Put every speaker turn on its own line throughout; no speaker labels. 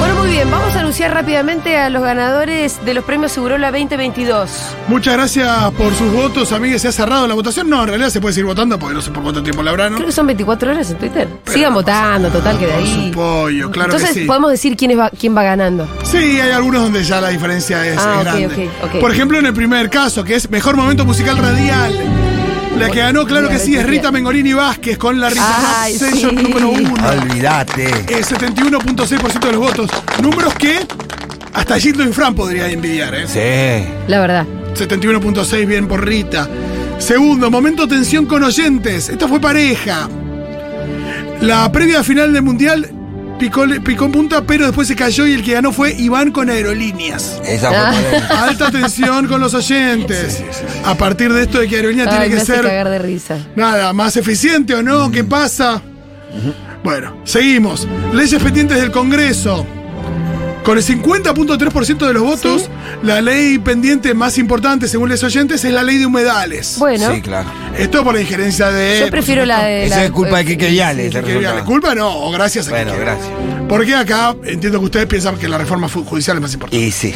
Bueno, muy bien, vamos a anunciar rápidamente a los ganadores de los premios Segurola 2022.
Muchas gracias por sus votos, amigues. ¿Se ha cerrado la votación? No, en realidad se puede seguir votando porque no sé por cuánto tiempo la habrá, ¿no?
Creo que son 24 horas en Twitter. Sigan votando, total, que de
por
ahí.
su pollo, claro que
Entonces
sí.
podemos decir quién, es va, quién va ganando.
Sí, hay algunos donde ya la diferencia es
Ah,
eh,
ok,
grande.
ok, ok.
Por ejemplo, en el primer caso, que es Mejor Momento Musical Radial. La que ganó, claro que sí, es Rita Mengorini Vázquez con la Rita
Ay,
sello
sí.
número uno.
Olvídate.
Eh, 71.6% de los votos. Números que hasta Gildo y Fran podría envidiar, ¿eh?
Sí.
La verdad.
71.6, bien por Rita. Segundo, momento tensión con oyentes. Esto fue pareja. La previa final del Mundial picó, picó en punta, pero después se cayó y el que ganó fue Iván con aerolíneas.
Esa fue
Ah.
polémica.
Alta tensión con los oyentes. A partir de esto de que aerolíneas
Ay,
tiene
me
que
hace
ser
cagar de risa.
nada, más eficiente o no, ¿qué pasa? Bueno, seguimos. Leyes pendientes del Congreso. Con el 50.3% de los votos, la ley pendiente más importante, según los oyentes, es la ley de humedales.
Bueno,
Sí, claro.
Esto eh, por la injerencia de...
yo prefiero la de.
Esa
la-
es culpa de
eh,
Quique Viale. ese
Que diga,
resultado.
¿la culpa no? O gracias a
Bueno,
quien quiera.
gracias.
Porque acá entiendo que ustedes piensan que la reforma fu- judicial es más importante.
Y sí.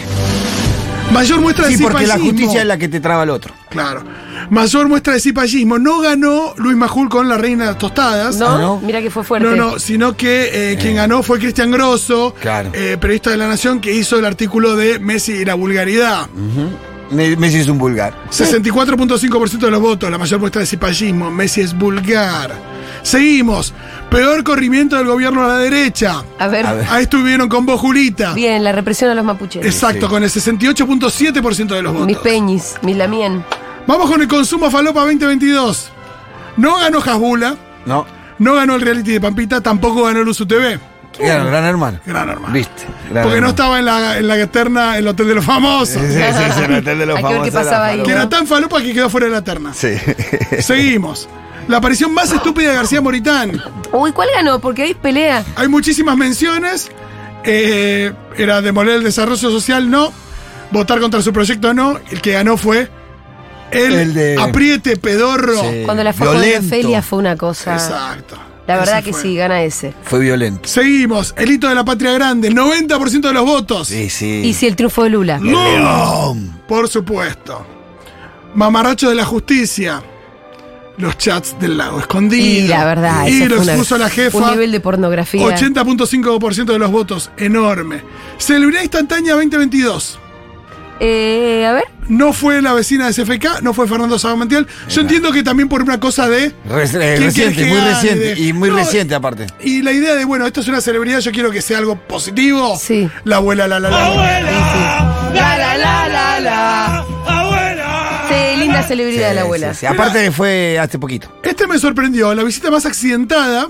Mayor muestra de
Sí, porque la
cipallismo.
justicia es la que te traba al otro.
Claro. Mayor muestra de cipallismo. No ganó Luis Majul con la reina de las tostadas.
¿No?
Ah, ¿no?
Mira que fue fuerte.
No, no, sino que eh, quien ganó fue Cristian Grosso,
Claro.
eh, periodista de La Nación, que hizo el artículo de Messi y la vulgaridad.
Mm. Me- Messi es un vulgar.
64.5% de los votos, la mayor muestra de cipallismo. Messi es vulgar. Seguimos. Peor corrimiento del gobierno a la derecha.
A ver,
A ver.
Ahí estuvieron con vos, Julita.
bien, la represión a los mapuches.
Exacto,
Sí.
con el 68.7% de los votos.
mis peñis, mis lamien.
Vamos con el consumo falopa 2022. No ganó Hasbula,
No.
no ganó el reality de Pampita, tampoco ganó el Usu TV.
Gran, gran hermano.
Gran hermano.
Viste. Gran
Porque no
hermano.
estaba en la, en la terna, el Hotel de los Famosos.
Sí, sí, sí, en el hotel de los
Hay que ver
famosos
qué pasaba ahí.
Que
era
era tan falopa que quedó fuera de la terna.
falopa. Sí.
Seguimos. La aparición más estúpida de García Moritán.
Uy, ¿cuál ganó? Porque hay pelea.
Hay muchísimas menciones. Eh, era demoler el desarrollo social, no. Votar contra su proyecto, no. El que ganó fue el,
El de-
apriete pedorro.
Sí.
Cuando la foto de
Eh, Violento.
Ofelia fue una cosa.
Exacto.
Ah, La verdad
Ese
que
fue.
sí, gana ese.
Fue violento.
Seguimos. El hito de la patria grande. 90% de los votos.
Sí, sí.
Y si el triunfo de Lula.
No. Por supuesto. Mamarracho de la justicia. Los chats del lago escondido.
Y la verdad,
Y
eso
lo
fue una-
expuso la
Un
jefa.
nivel de pornografía.
80.5% de los votos. Enorme. Celebridad instantánea 2022.
Eh, a ver.
No fue la vecina de CFK, no fue Fernando Sabamantial. Yo entiendo que también por una cosa de.
Re- eh,
¿Quién
reciente,
querés que
muy
gane?
reciente. Y muy
No,
reciente aparte.
Y la idea de, bueno, esto es una celebridad, yo quiero que sea algo positivo.
Sí.
La abuela, la la la.
La la la la la. Abuela. Sí, linda celebridad
Sí,
la abuela.
sí, sí. Aparte fue hace poquito.
Este me sorprendió. La visita más accidentada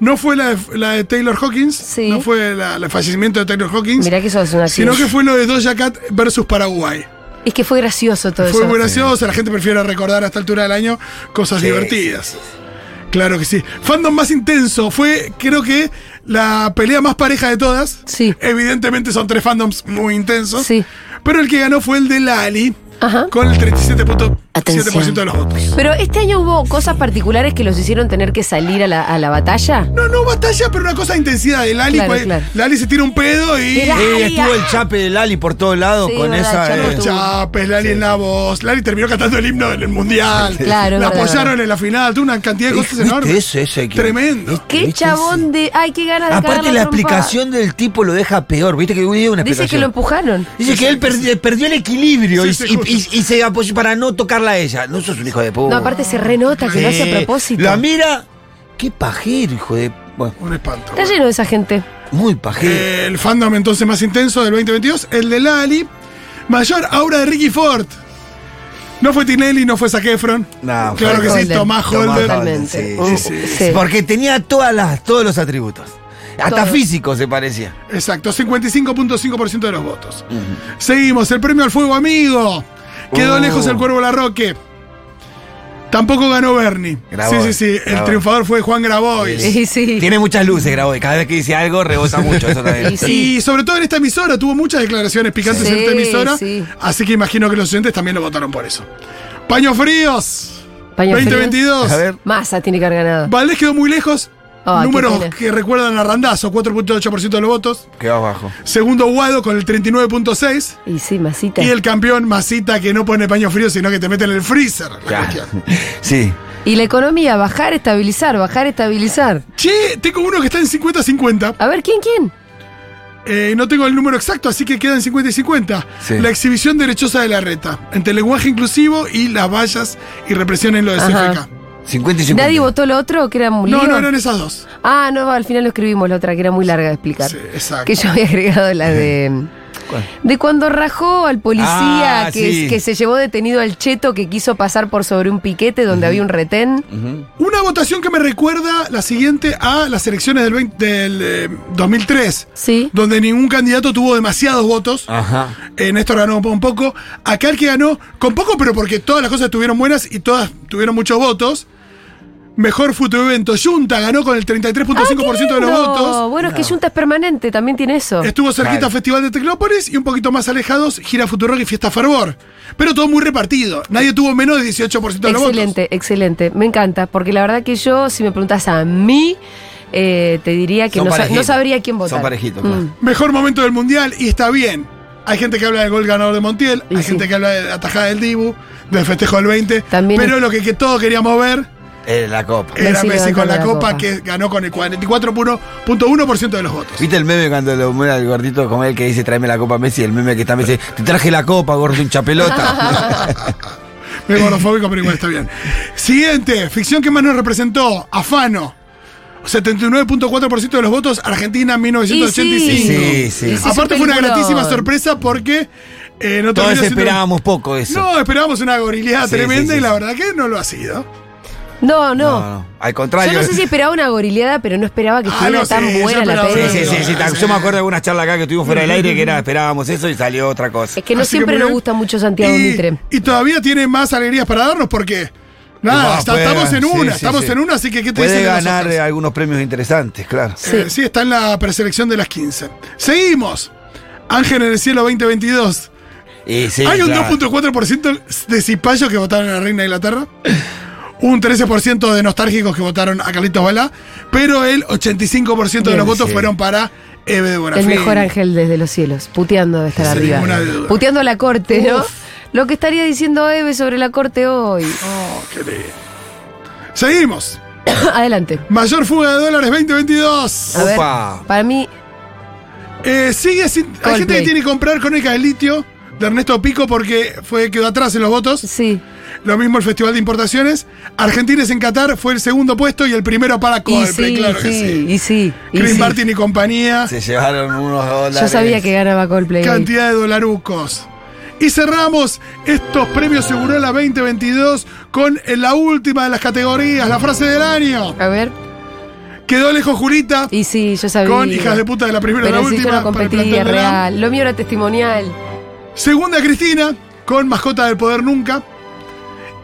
no fue la de, la de Taylor Hawkins.
Sí.
No fue la, la- el fallecimiento de Taylor Hawkins.
Mirá que eso es una
sino que fue lo de Doja Cat versus Paraguay.
Es que fue gracioso todo
fue
eso.
muy gracioso. La gente prefiere recordar a esta altura del año cosas
Sí,
divertidas. Claro que sí. Fandom más intenso fue, creo que, la pelea más pareja de todas.
Sí.
Evidentemente son tres fandoms muy intensos.
Sí.
Pero el que ganó fue el de Lali,
Ajá.
con el 37.7% de los votos.
Pero este año hubo cosas particulares que los hicieron tener que salir a la, a la batalla.
No, no batalla, pero una cosa de intensidad de Lali.
Claro,
cual-
claro.
Lali se tira un pedo y.
Era- Ay,
Eh, estuvo
ay.
el chape de Lali por todos lados
Sí,
con
verdad,
esa.
el Chape
eh,
estuvo.
Chapes, Lali en la voz. Lali terminó cantando el himno en el mundial.
Claro,
La
es verdad.
apoyaron en la final. Tuvo una cantidad de
¿Viste?
cosas enormes.
Eso, eso hay que-
Tremendo.
¿Viste?
Qué chabón de. Ay, qué ganas de
Aparte
cagar
la
trompa.
explicación del tipo lo deja peor, viste que hubo una
Dice que
explicación.
lo empujaron.
Dice que él perdi- perdió el equilibrio
Sí,
y,
sí,
y-
justo.
y- y se apoyó para no tocarla a ella. No sos un hijo de puta.
No, aparte se renota que lo hace a propósito.
La mira, qué pajero, hijo de. Bueno,
Un espanto.
Está lleno de esa gente.
muy pajero.
El fandom entonces más intenso del 2022, el de Lali. Mayor aura de Ricky Ford. No fue Tinelli, no fue Zac Efron.
No,
claro
fue
que sí,
Holden.
Tomás
Tomás
Holder.
Holden.
Totalmente.
sí,
Uh,
sí,
sí.
Porque tenía todas las, todos los atributos. Hasta
Todos.
físico se parecía.
Exacto, 55.5% de los votos. Seguimos, el premio al fuego amigo. Quedó
Oh.
lejos el Cuervo Larroque. Tampoco ganó Bernie.
Grabois,
sí, sí, sí. El
Grabois.
triunfador fue Juan Grabois.
Sí, sí.
Tiene muchas luces, Graboy. Cada vez que dice algo rebosa mucho. Eso también.
Y sí.
Y sobre todo en esta emisora, tuvo muchas declaraciones picantes
Sí,
en esta emisora.
sí.
Así que imagino que los oyentes también lo votaron por eso. Paños fríos.
Paño frío.
2022.
A ver.
Masa tiene que haber ganado.
Valdés quedó muy lejos.
Ah, qué
Números
pena.
que recuerdan a Randazo, 4.8% de los votos.
Que va abajo.
Segundo Guado con el 39.6.
Y sí, masita.
Y el campeón Masita que no pone paño frío, sino que te mete en el freezer.
Sí.
Y la economía, bajar, estabilizar, bajar, estabilizar.
Che, tengo uno que está en 50-50.
A ver, ¿quién, quién?
Eh, no tengo el número exacto, así que quedan 50 y 50.
Sí.
La exhibición derechosa de la reta, entre lenguaje inclusivo y las vallas y represión en lo de
Ajá.
CFK.
50 y 50.
¿Nadie votó lo otro que era muy
No,
lío?
no eran esas dos.
Ah, no, al final lo escribimos la otra, que era muy larga de explicar.
Sí, exacto.
Que yo había agregado la de. De cuando rajó al policía
Ah,
que,
sí.
que se llevó detenido al cheto que quiso pasar por sobre un piquete donde había un retén.
Una votación que me recuerda la siguiente a las elecciones del, 20 del, eh, 2003,
Sí.
donde ningún candidato tuvo demasiados
Ah.
votos.
Ajá.
Eh, Néstor ganó un poco. Acá el que ganó con poco, pero porque todas las cosas estuvieron buenas y todas tuvieron muchos votos. Mejor futuro evento. Junta ganó con el 33.5% de los
Ah, Lindo.
votos.
Bueno, es que Junta es permanente, también tiene eso.
Estuvo cerquita
Claro.
Festival de Tecnópolis y un poquito más alejados, Gira Futurock y Fiesta Fervor. Pero todo muy repartido. Nadie tuvo menos de 18% de los votos.
Excelente, excelente. Me encanta, porque la verdad que yo, si me preguntas a mí, eh, te diría que
Son
no, sa-
parejitos.
no sabría quién
Son
votar.
parejitos,
Mm.
Mejor momento del Mundial y está bien. Hay gente que habla del gol ganador de Montiel,
Y
hay
sí.
gente que habla de la tajada del Dibu, del festejo del 20.
También
pero
es-
lo que, que todos queríamos ver
Eh, la copa.
era
Messi
Messi
levantando
con la,
la
copa,
copa.
que ganó con el 44.1% de los votos.
¿Viste el meme cuando lo muera el gordito como él que dice tráeme la copa a Messi? El meme que está Messi, te traje la copa, gordo hincha pelota.
Me gordofóbico, pero igual está bien. Siguiente, ficción que más nos representó, Afano. 79.4% de los votos, Argentina
Y
1985.
Sí, sí.
Y es un
Aparte fue una
peliculón.
gratísima sorpresa porque eh, no terminó
Todos
siendo-
esperábamos poco eso.
No, esperábamos una gorilidad
Sí,
tremenda
sí, sí,
y la
sí.
verdad que no lo ha sido.
No, no.
No, no, Al contrario.
Yo no sé si esperaba una gorileada, pero no esperaba que
Ah,
estuviera
no, sí,
tan
yo
buena la
esperaba
Sí,
peli.
sí, sí, sí, ta-
Sí.
Yo me acuerdo de alguna charla acá que tuvimos fuera del aire que era esperábamos eso y salió otra cosa.
Es que no
Así que
siempre
muy
nos
bien.
gusta mucho Santiago
y,
Mitre.
y todavía tiene más alegrías para darnos porque nada,
Ah,
está-
puede-
estamos en
sí,
una,
sí,
estamos
sí.
en una, así que ¿qué te
Puede
dicen de las
ganar
otras?
eh, algunos premios interesantes, claro.
Sí.
Eh, sí, está en la preselección de las 15. Seguimos. Ángel en el cielo 2022.
Y sí,
Hay un
claro.
2.4% de cipayos que votaron a la Reina de Inglaterra. Un 13% de nostálgicos que votaron a Carlitos Balá. Pero el 85% de los
Bien,
votos
sí.
fueron para Eve de
El
Bonafín.
mejor ángel desde los cielos, puteando de estar
Sin
arriba.
ninguna duda.
Puteando a la corte, ¿no? Lo que estaría diciendo Eve sobre la corte hoy.
Oh, qué lindo. Seguimos.
Adelante.
Mayor fuga de dólares 2022.
A ver,
Opa.
para mí,
Eh, sigue sin. Hay
Coldplay.
gente que tiene que comprar Crónica de Litio de Ernesto Pico porque fue quedó atrás en los votos.
sí.
Lo mismo el Festival de Importaciones. Argentines en Qatar fue el segundo puesto y el primero para
Y
Coldplay,
sí,
claro que
sí,
sí.
y sí. y
Chris
sí.
Martin y compañía.
Se llevaron unos dólares.
Yo sabía que ganaba Coldplay.
cantidad de dolarucos. Y cerramos estos premios Segurola 2022 con eh, la última de las categorías, la frase del año.
A ver.
Quedó lejos Julita
Y sí, yo sabía.
con hijas de puta de la primera a la
Pero sí, yo
última.
no
para
competía,
el plantel de la-
real. Lo mío era testimonial.
Segunda Cristina con mascota del poder nunca.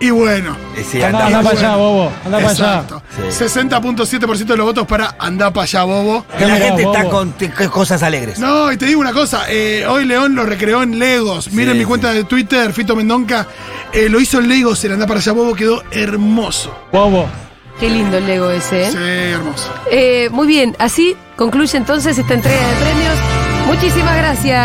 Y bueno.
Eh, sí, andaba.
Anda, anda para allá, bobo. Anda para allá.
exacto.
Sí.
60.7% de los votos para andá pa' allá, bobo.
Que La
Mirá,
gente está
bobo.
con t- con cosas alegres.
No, y te digo una cosa, eh, hoy León lo recreó en Legos. Miren
Sí,
mi cuenta de Twitter, Fito Mendonca, eh, lo hizo en Legos, el anda para allá bobo quedó hermoso.
Bobo.
Qué lindo el Lego ese, ¿eh?
Sí, hermoso.
Eh, muy bien, así concluye entonces esta entrega de premios. Muchísimas gracias.